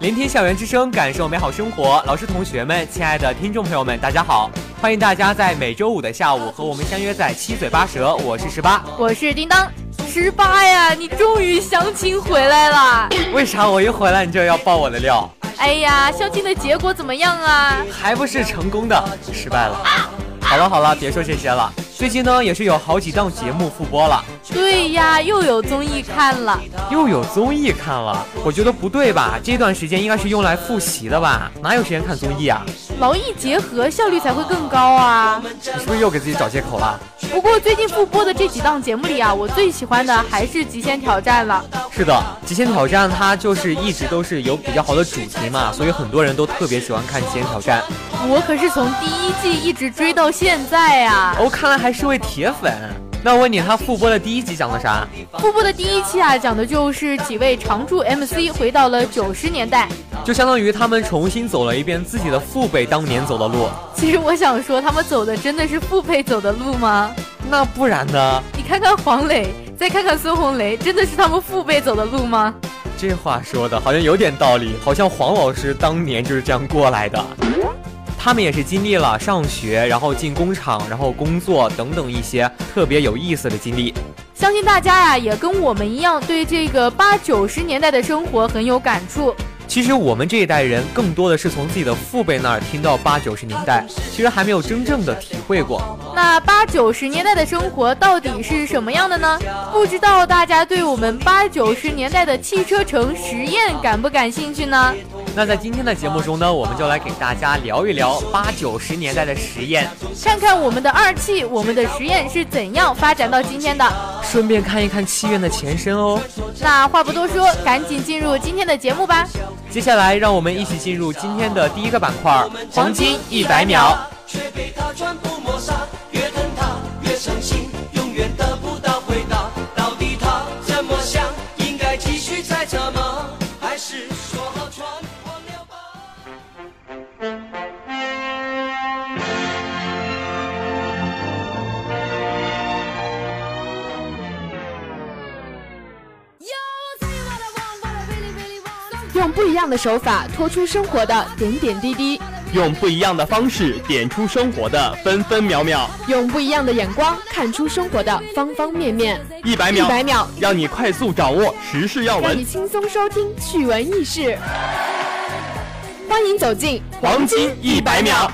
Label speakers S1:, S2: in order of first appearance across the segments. S1: 聆听校园之声，感受美好生活。老师、同学们，亲爱的听众朋友们，大家好！欢迎大家在每周五的下午和我们相约在七嘴八舌。我是十八，
S2: 我是叮当，十八呀，你终于相亲回来了！
S1: 为啥我一回来你就要爆我的料？
S2: 哎呀，相亲的结果怎么样啊？
S1: 还不是成功的，失败了。好了好了，别说这些了。最近呢，也是有好几档节目复播了，
S2: 对呀，又有综艺看了。
S1: 又有综艺看了。我觉得不对吧？这段时间应该是用来复习的吧？哪有时间看综艺啊？
S2: 劳逸结合，效率才会更高啊！
S1: 你是不是又给自己找借口了？
S2: 不过最近复播的这几档节目里啊，我最喜欢的还是《极限挑战》了。
S1: 是的，《极限挑战》它就是一直都是有比较好的主题嘛，所以很多人都特别喜欢看《极限挑战
S2: 我可是从第一季一直追到现在啊呀、》。
S1: 哦，看来还是位铁粉。那我问你，它复播的第一集讲的啥？
S2: 复播的第一期啊，讲的就是几位常驻 MC 回到了九十年代。
S1: 就相当于他们重新走了一遍自己的父辈当年走的路。
S2: 其实我想说，他们走的真的是父辈走的路吗？
S1: 那不然呢？
S2: 你看看黄磊，再看看孙红雷，真的是他们父辈走的路吗？
S1: 这话说的好像有点道理，好像黄老师当年就是这样过来的。他们也是经历了上学，然后进工厂，然后工作等等一些特别有意思的经历。
S2: 相信大家呀、也跟我们一样，对这个八九十年代的生活很有感触。
S1: 其实我们这一代人更多的是从自己的父辈那儿听到八九十年代，其实还没有真正的体会过。
S2: 那八九十年代的生活到底是什么样的呢？不知道大家对我们八九十年代的汽车城实验感不感兴趣呢？
S1: 那在今天的节目中呢，我们就来给大家聊一聊八九十年代的实验，
S2: 看看我们的二汽，我们的实验是怎样发展到今天的。
S1: 顺便看一看七院的前身哦。
S2: 那话不多说，赶紧进入今天的节目吧。
S1: 接下来让我们一起进入今天的第一个板块儿——黄金一百秒。
S3: 却被他全部抹杀。越疼他越伤心，永远得不到回答。到底他怎么想？应该继续猜测吗？还是说好全忘了吧？
S4: 用不一样的手法拖出生活的点点滴滴，
S5: 用不一样的方式点出生活的分分秒秒，
S4: 用不一样的眼光看出生活的方方面面。
S5: 一百
S4: 一
S5: 秒，
S4: 百秒，
S5: 让你快速掌握时事要
S4: 让
S5: 闻
S4: 你。轻松收听趣闻轶事。欢迎走进
S5: 黄金一百秒，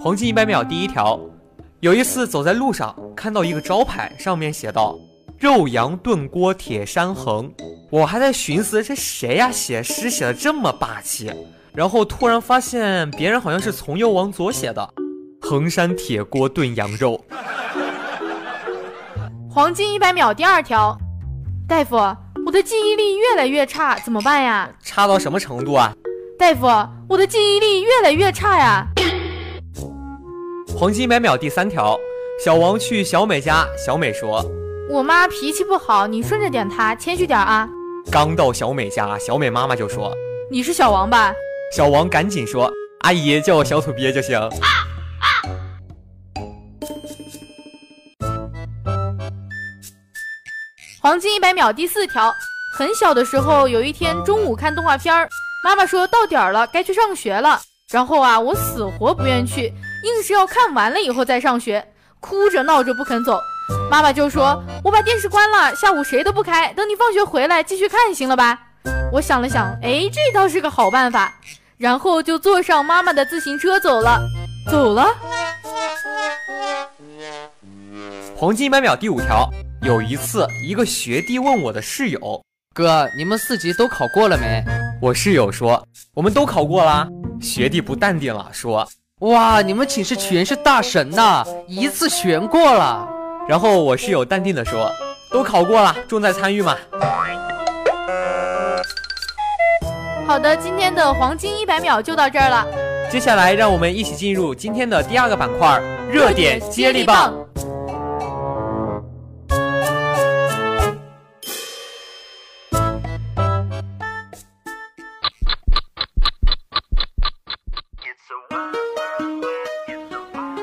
S1: 黄金一百秒第一条，有一次走在路上，看到一个招牌，上面写道“肉羊炖锅铁山横”，我还在寻思这谁呀、写诗写的这么霸气，然后突然发现别人好像是从右往左写的“衡山铁锅炖羊肉
S2: 黄金一百秒第二条，大夫，我的记忆力越来越差，怎么办呀？”，
S1: 差到什么程度啊？
S2: 大夫，我的记忆力越来越差呀。
S1: 黄金一百秒第三条，小王去小美家，小美说
S2: 我妈脾气不好，你顺着点她，谦虚点啊。
S1: 刚到小美家，小美妈妈就说，
S2: 你是小王吧？
S1: 小王赶紧说：“阿姨叫我小土鳖就行。”
S2: 黄金一百秒第四条，很小的时候，有一天中午看动画片儿，妈妈说到点儿了，该去上学了。然后啊，我死活不愿去，硬是要看完了以后再上学，哭着闹着不肯走。妈妈就说：“我把电视关了，下午谁都不开，等你放学回来继续看，行了吧？”我想了想，哎，这倒是个好办法，然后就坐上妈妈的自行车走了，走了。
S1: 黄金一百秒第五条，有一次，一个学弟问我的室友：“
S6: 哥，你们四级都考过了没？”
S1: 我室友说：“我们都考过啦。”学弟不淡定了，说：“
S6: 哇，你们寝室全是大神呐、啊，一次全过了。”
S1: 然后我室友淡定的说：“都考过了，重在参与嘛。”
S2: 好的，今天的黄金一百秒就到这儿了。
S1: 接下来，让我们一起进入今天的第二个板块——
S2: 热点接力棒。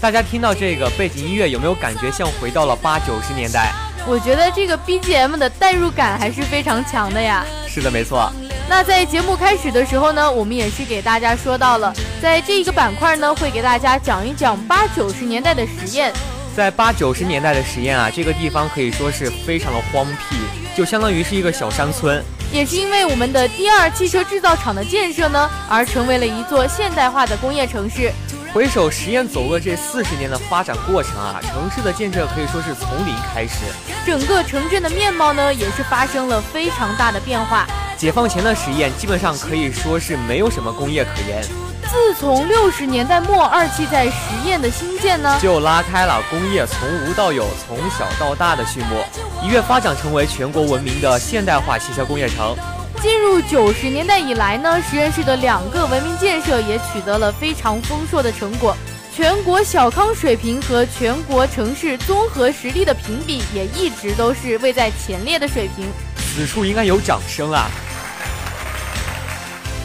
S1: 大家听到这个背景音乐，有没有感觉像回到了八九十年代？
S2: 我觉得这个 BGM 的代入感还是非常强的呀。
S1: 是的，没错。
S2: 那在节目开始的时候呢，我们也是给大家说到了，在这一个板块呢，会给大家讲一讲八九十年代的实验。
S1: 在八九十年代的实验啊，这个地方可以说是非常的荒僻，就相当于是一个小山村。
S2: 也是因为我们的第二汽车制造厂的建设呢，而成为了一座现代化的工业城市。
S1: 回首实验走过这四十年的发展过程啊，城市的建设可以说是从零开始。
S2: 整个城镇的面貌呢，也是发生了非常大的变化。
S1: 解放前的实验基本上可以说是没有什么工业可言。
S2: 自从六十年代末二汽在实验的兴建呢，
S1: 就拉开了工业从无到有、从小到大的序幕，一跃发展成为全国闻名的现代化汽车工业城。
S2: 进入九十年代以来呢，实验室的两个文明建设也取得了非常丰硕的成果，全国小康水平和全国城市综合实力的评比也一直都是位在前列的水平。
S1: 此处应该有掌声啊！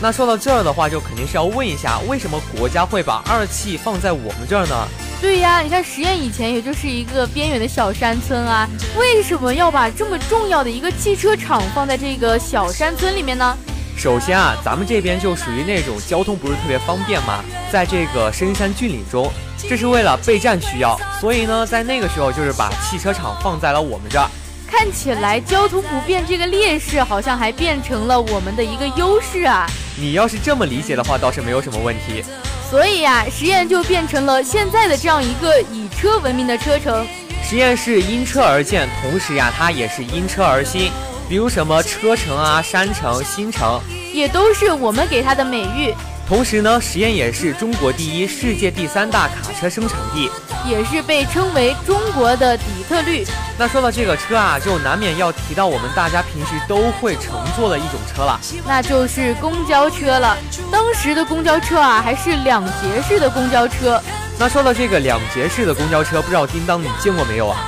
S1: 那说到这儿的话，就肯定是要问一下，为什么国家会把二汽放在我们这儿呢？
S2: 对呀，你看实验以前也就是一个边缘的小山村啊，为什么要把这么重要的一个汽车厂放在这个小山村里面呢？
S1: 首先啊，咱们这边就属于那种交通不是特别方便嘛，在这个深山峻岭中，这是为了备战需要，所以呢，在那个时候就是把汽车厂放在了我们这儿。
S2: 看起来交通不便这个劣势，好像还变成了我们的一个优势啊！
S1: 你要是这么理解的话，倒是没有什么问题。
S2: 所以呀、啊，实验就变成了现在的这样一个以车闻名的车城。
S1: 实验是因车而建，同时呀、啊，它也是因车而新。比如什么车城啊、山城、新城，
S2: 也都是我们给它的美誉。
S1: 同时呢，实验也是中国第一、世界第三大卡车生产地，
S2: 也是被称为中国的底特律。
S1: 那说到这个车啊，就难免要提到我们大家平时都会乘坐的一种车了，
S2: 那就是公交车了。当时的公交车啊，还是两节式的公交车。
S1: 那说到这个两节式的公交车，不知道叮当你见过没有啊？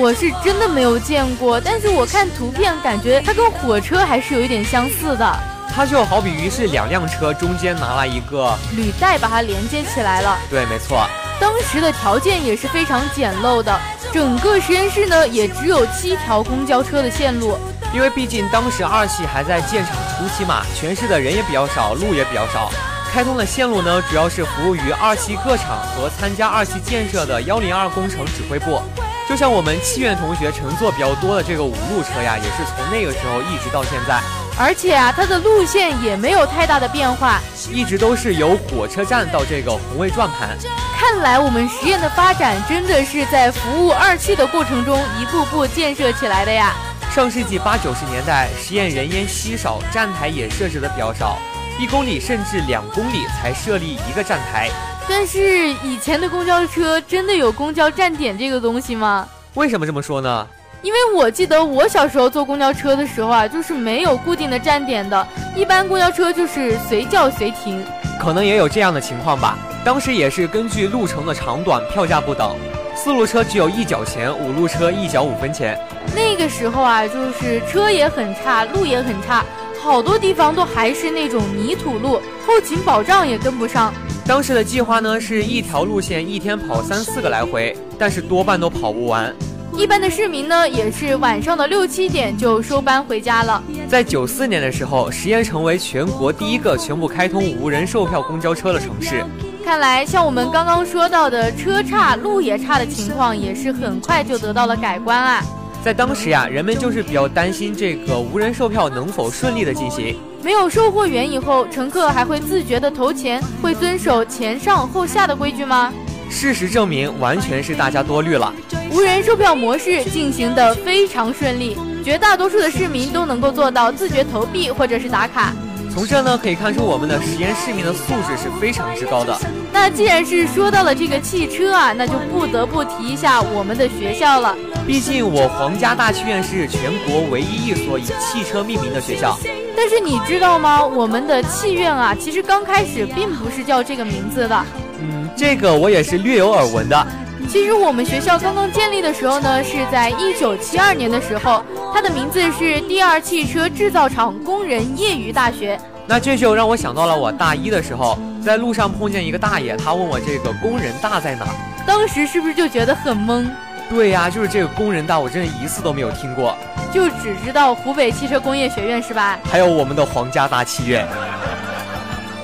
S2: 我是真的没有见过，但是我看图片感觉它跟火车还是有一点相似的。
S1: 它就好比于是两辆车中间拿了一个
S2: 履带把它连接起来了。
S1: 对，没错。
S2: 当时的条件也是非常简陋的，整个实验室呢也只有七条公交车的线路。
S1: 因为毕竟当时二汽还在建厂初期嘛，全市的人也比较少，路也比较少。开通的线路呢，主要是服务于二期各厂和参加二期建设的幺零二工程指挥部。就像我们七院同学乘坐比较多的这个五路车呀，也是从那个时候一直到现在。
S2: 而且啊，它的路线也没有太大的变化，
S1: 一直都是由火车站到这个红卫转盘。
S2: 看来我们实验的发展真的是在服务二期的过程中一步步建设起来的呀。
S1: 上世纪八九十年代，实验人烟稀少，站台也设置的比较少，一公里甚至两公里才设立一个站台。
S2: 但是以前的公交车真的有公交站点这个东西吗？
S1: 为什么这么说呢？
S2: 因为我记得我小时候坐公交车的时候啊，就是没有固定的站点的，一般公交车就是随叫随停。
S1: 可能也有这样的情况吧。当时也是根据路程的长短，票价不等。四路车只有一角钱，五路车一角五分钱。
S2: 那个时候啊，就是车也很差，路也很差，好多地方都还是那种泥土路，后勤保障也跟不上。
S1: 当时的计划呢，是一条路线一天跑三四个来回，但是多半都跑不完。
S2: 一般的市民呢，也是晚上的六七点就收班回家了。
S1: 在九四年的时候，十堰成为全国第一个全部开通无人售票公交车的城市。
S2: 看来，像我们刚刚说到的车差路也差的情况，也是很快就得到了改观啊。
S1: 在当时呀、啊，人们就是比较担心这个无人售票能否顺利的进行。
S2: 没有售货员以后，乘客还会自觉的投钱，会遵守前上后下的规矩吗？
S1: 事实证明，完全是大家多虑了。
S2: 无人售票模式进行的非常顺利，绝大多数的市民都能够做到自觉投币或者是打卡。
S1: 从这呢可以看出，我们的实验市民的素质是非常之高的。
S2: 那既然是说到了这个汽车啊，那就不得不提一下我们的学校了。
S1: 毕竟我皇家大剧院是全国唯一一所以汽车命名的学校。
S2: 但是你知道吗？我们的气院啊，其实刚开始并不是叫这个名字的。
S1: 嗯，这个我也是略有耳闻的。
S2: 其实我们学校刚刚建立的时候呢，是在一九七二年的时候，它的名字是第二汽车制造厂工人业余大学。
S1: 那这就让我想到了我大一的时候，在路上碰见一个大爷，他问我这个工人大在哪，
S2: 当时是不是就觉得很懵？
S1: 对呀、啊，就是这个工人大，我真的一次都没有听过，
S2: 就只知道湖北汽车工业学院是吧？
S1: 还有我们的皇家大戏院。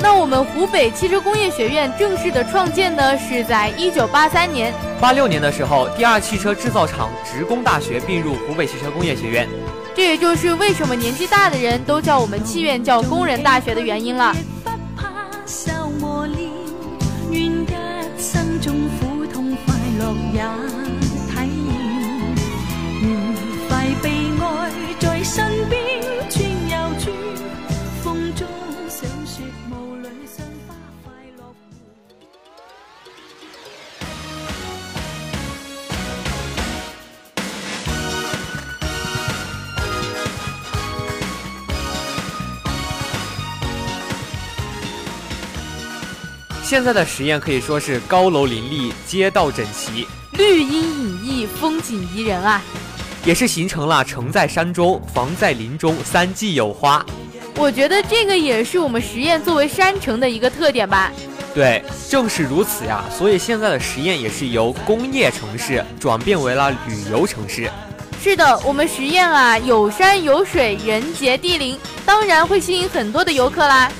S2: 那我们湖北汽车工业学院正式的创建呢，是在一九八三年。
S1: 八六年的时候，第二汽车制造厂职工大学并入湖北汽车工业学院。
S2: 这也就是为什么年纪大的人都叫我们气院叫工人大学的原因了。
S1: 现在的实验可以说是高楼林立，街道整齐，
S2: 绿荫隐逸，风景宜人啊，
S1: 也是形成了城在山中，房在林中，三季有花。
S2: 我觉得这个也是我们实验作为山城的一个特点吧。
S1: 对，正是如此呀。所以现在的实验也是由工业城市转变为了旅游城市。
S2: 是的，我们实验啊，有山有水，人杰地灵，当然会吸引很多的游客啦。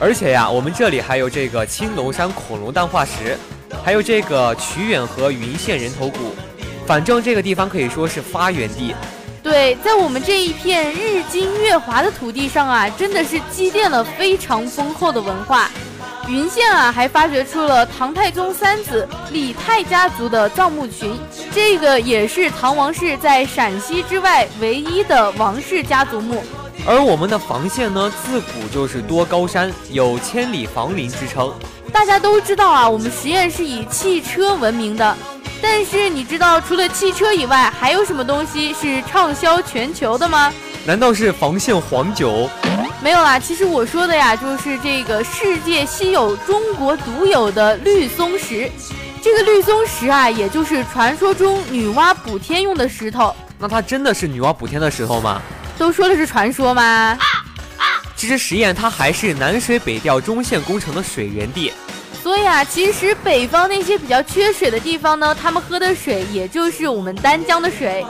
S1: 而且呀，我们这里还有这个青龙山恐龙蛋化石，还有这个瞿远河云县人头谷，反正这个地方可以说是发源地。
S2: 对，在我们这一片日金月华的土地上啊，真的是积淀了非常丰厚的文化。云县啊，还发掘出了唐太宗三子李泰家族的葬墓群，这个也是唐王室在陕西之外唯一的王室家族墓。
S1: 而我们的房县呢，自古就是多高山，有“千里房林”之称。
S2: 大家都知道啊，我们实验是以汽车闻名的。但是你知道，除了汽车以外，还有什么东西是畅销全球的吗？
S1: 难道是房县黄酒？
S2: 没有啦，其实我说的呀，就是这个世界稀有、中国独有的绿松石。这个绿松石啊，也就是传说中女娲补天用的石头。
S1: 那它真的是女娲补天的石头吗？
S2: 都说的是传说吗？
S1: 这支实验它还是南水北调中线工程的水源地，
S2: 所以啊，其实北方那些比较缺水的地方呢，他们喝的水也就是我们丹江的水。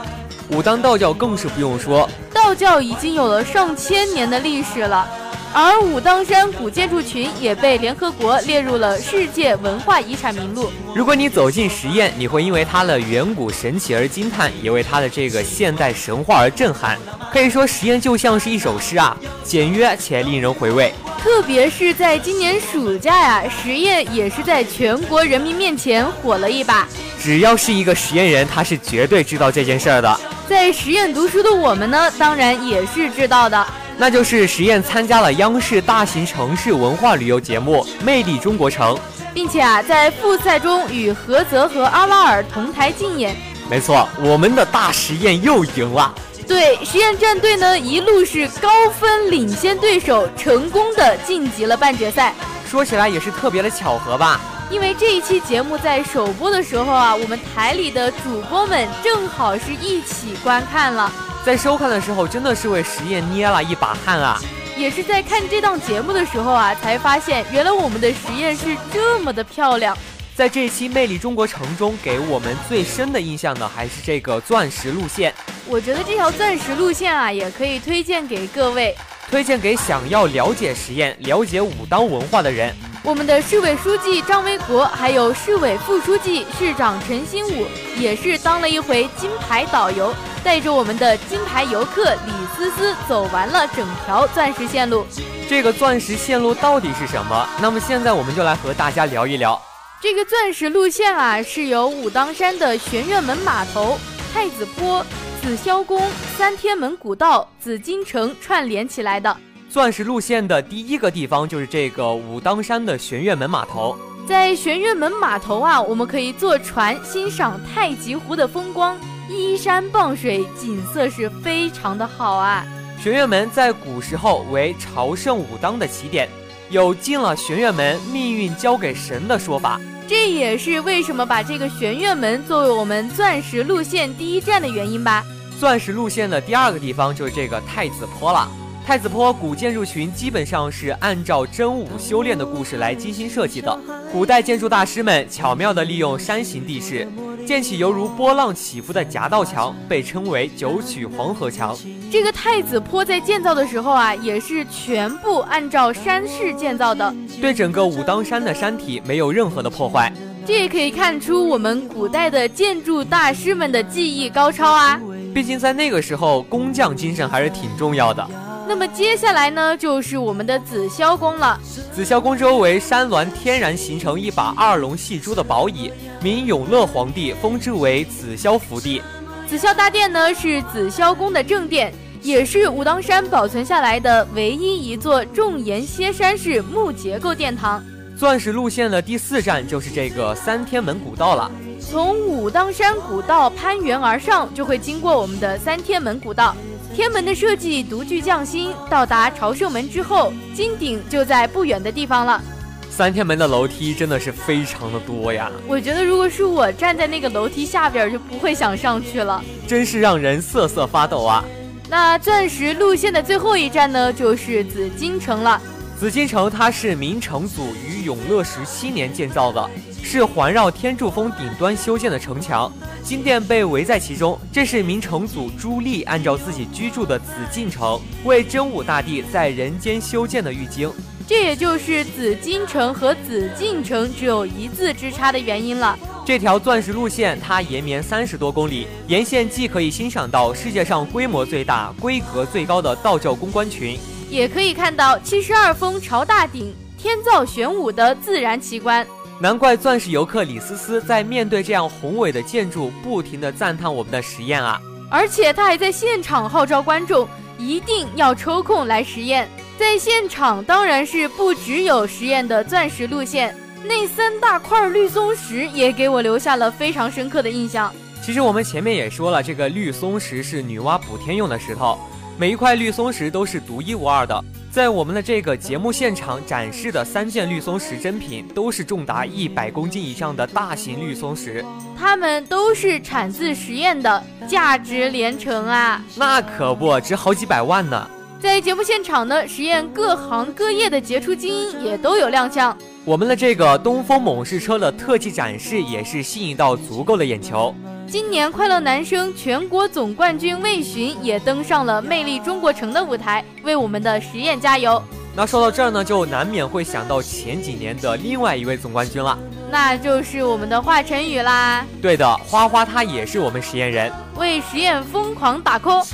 S1: 武当道教更是不用说，
S2: 道教已经有了上千年的历史了。而武当山古建筑群也被联合国列入了世界文化遗产名录。
S1: 如果你走进实验，你会因为它的远古神奇而惊叹，也为它的这个现代神话而震撼。可以说，实验就像是一首诗啊，简约且令人回味。
S2: 特别是在今年暑假呀、啊，实验也是在全国人民面前火了一把。
S1: 只要是一个实验人，他是绝对知道这件事儿的。
S2: 在实验读书的我们呢，当然也是知道的。
S1: 那就是实验参加了央视大型城市文化旅游节目《魅力中国城》，
S2: 并且啊，在复赛中与菏泽和阿拉尔同台竞演。
S1: 没错，我们的大实验又赢了。
S2: 对，实验战队呢一路是高分领先对手，成功的晋级了半决赛。
S1: 说起来也是特别的巧合吧。
S2: 因为这一期节目在首播的时候啊，我们台里的主播们正好是一起观看了。
S1: 在收看的时候，真的是为实验捏了一把汗啊！
S2: 也是在看这档节目的时候啊，才发现原来我们的实验是这么的漂亮。
S1: 在这期《魅力中国城》中，给我们最深的印象呢，还是这个钻石路线。
S2: 我觉得这条钻石路线啊，也可以推荐给各位，
S1: 推荐给想要了解实验、了解武当文化的人。
S2: 我们的市委书记张维国，还有市委副书记、市长陈新武，也是当了一回金牌导游，带着我们的金牌游客李思思走完了整条钻石线路。
S1: 这个钻石线路到底是什么？那么现在我们就来和大家聊一聊。
S2: 这个钻石路线啊，是由武当山的玄岳门码头、太子坡、紫霄宫、三天门古道、紫禁城串联起来的。
S1: 钻石路线的第一个地方就是这个武当山的玄岳门码头，
S2: 在玄岳门码头啊，我们可以坐船欣赏太极湖的风光，依山傍水，景色是非常的好啊。
S1: 玄岳门在古时候为朝圣武当的起点，有进了玄岳门，命运交给神的说法。
S2: 这也是为什么把这个玄岳门作为我们钻石路线第一站的原因吧。
S1: 钻石路线的第二个地方就是这个太子坡了。太子坡古建筑群基本上是按照真武修炼的故事来精心设计的。古代建筑大师们巧妙地利用山形地势，建起犹如波浪起伏的夹道墙，被称为九曲黄河墙。
S2: 这个太子坡在建造的时候啊，也是全部按照山势建造的，
S1: 对整个武当山的山体没有任何的破坏。
S2: 这也可以看出我们古代的建筑大师们的技艺高超啊。
S1: 毕竟在那个时候，工匠精神还是挺重要的。
S2: 那么接下来呢，就是我们的紫霄宫了。
S1: 紫霄宫周围山峦天然形成一把二龙戏珠的宝椅，明永乐皇帝封之为紫霄福地。
S2: 紫霄大殿呢是紫霄宫的正殿，也是武当山保存下来的唯一一座重檐歇山式木结构殿堂。
S1: 钻石路线的第四站就是这个三天门古道了。
S2: 从武当山古道攀援而上，就会经过我们的三天门古道。天门的设计独具匠心，到达朝圣门之后，金顶就在不远的地方了。
S1: 三天门的楼梯真的是非常的多呀，
S2: 我觉得如果是我站在那个楼梯下边，就不会想上去了，
S1: 真是让人瑟瑟发抖啊。
S2: 那钻石路线的最后一站呢，就是紫禁城了。
S1: 紫禁城它是明成祖于永乐十七年建造的，是环绕天柱峰顶端修建的城墙。金殿被围在其中，这是明成祖朱棣按照自己居住的紫禁城，为真武大帝在人间修建的玉京。
S2: 这也就是紫禁城和紫禁城只有一字之差的原因了。
S1: 这条钻石路线它延绵三十多公里，沿线既可以欣赏到世界上规模最大、规格最高的道教公关群，
S2: 也可以看到七十二峰朝大顶、天造玄武的自然奇观。
S1: 难怪钻石游客李思思在面对这样宏伟的建筑，不停的赞叹我们的实验啊！
S2: 而且他还在现场号召观众一定要抽空来实验。在现场当然是不只有实验的钻石路线，那三大块绿松石也给我留下了非常深刻的印象。
S1: 其实我们前面也说了，这个绿松石是女娲补天用的石头，每一块绿松石都是独一无二的。在我们的这个节目现场展示的三件绿松石珍品，都是重达一百公斤以上的大型绿松石，
S2: 它们都是产自实验的，价值连城啊！
S1: 那可不，值好几百万呢。
S2: 在节目现场呢，实验各行各业的杰出精英也都有亮相。
S1: 我们的这个东风猛士车的特技展示，也是吸引到足够的眼球。
S2: 今年快乐男生全国总冠军魏巡也登上了《魅力中国城》的舞台，为我们的实验加油。
S1: 那说到这儿呢，就难免会想到前几年的另外一位总冠军了，
S2: 那就是我们的华晨宇啦。
S1: 对的，花花他也是我们实验人，
S2: 为实验疯狂打 call。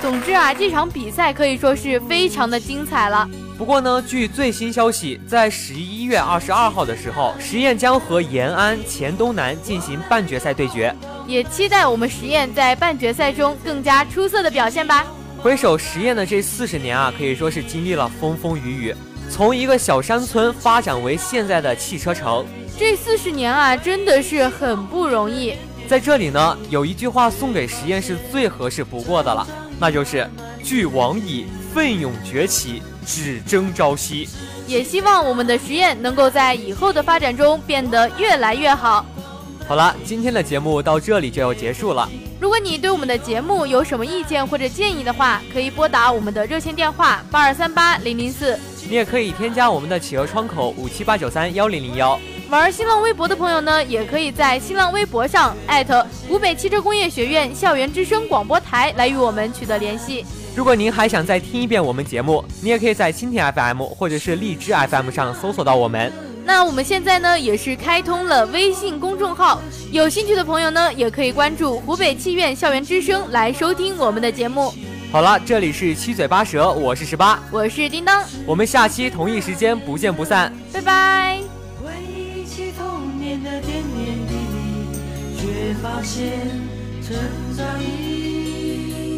S2: 总之啊，这场比赛可以说是非常的精彩了。
S1: 不过呢，据最新消息，在十一月二十二号的时候，实验将和延安黔东南进行半决赛对决，
S2: 也期待我们实验在半决赛中更加出色的表现吧。
S1: 回首实验的这四十年啊，可以说是经历了风风雨雨，从一个小山村发展为现在的汽车城。
S2: 这四十年啊，真的是很不容易。
S1: 在这里呢，有一句话送给实验是最合适不过的了，那就是“俱往矣，奋勇崛起，只争朝夕”。
S2: 也希望我们的实验能够在以后的发展中变得越来越好。
S1: 好了，今天的节目到这里就要结束了。
S2: 如果你对我们的节目有什么意见或者建议的话，可以拨打我们的热线电话八二三八零零四。
S1: 你也可以添加我们的企鹅窗口五七八九三幺零零幺。
S2: 玩新浪微博的朋友呢，也可以在新浪微博上艾特湖北汽车工业学院校园之声广播台来与我们取得联系。
S1: 如果您还想再听一遍我们节目，你也可以在蜻蜓 FM 或者是荔枝 FM 上搜索到我们。
S2: 那我们现在呢也是开通了微信公众号，有兴趣的朋友呢也可以关注湖北汽院校园之声来收听我们的节目。
S1: 好了，这里是七嘴八舌，我是十八，
S2: 我是叮当，
S1: 我们下期同一时间不见不散，
S2: 拜拜。
S7: 回忆起童年的点点滴滴，却发现成长已。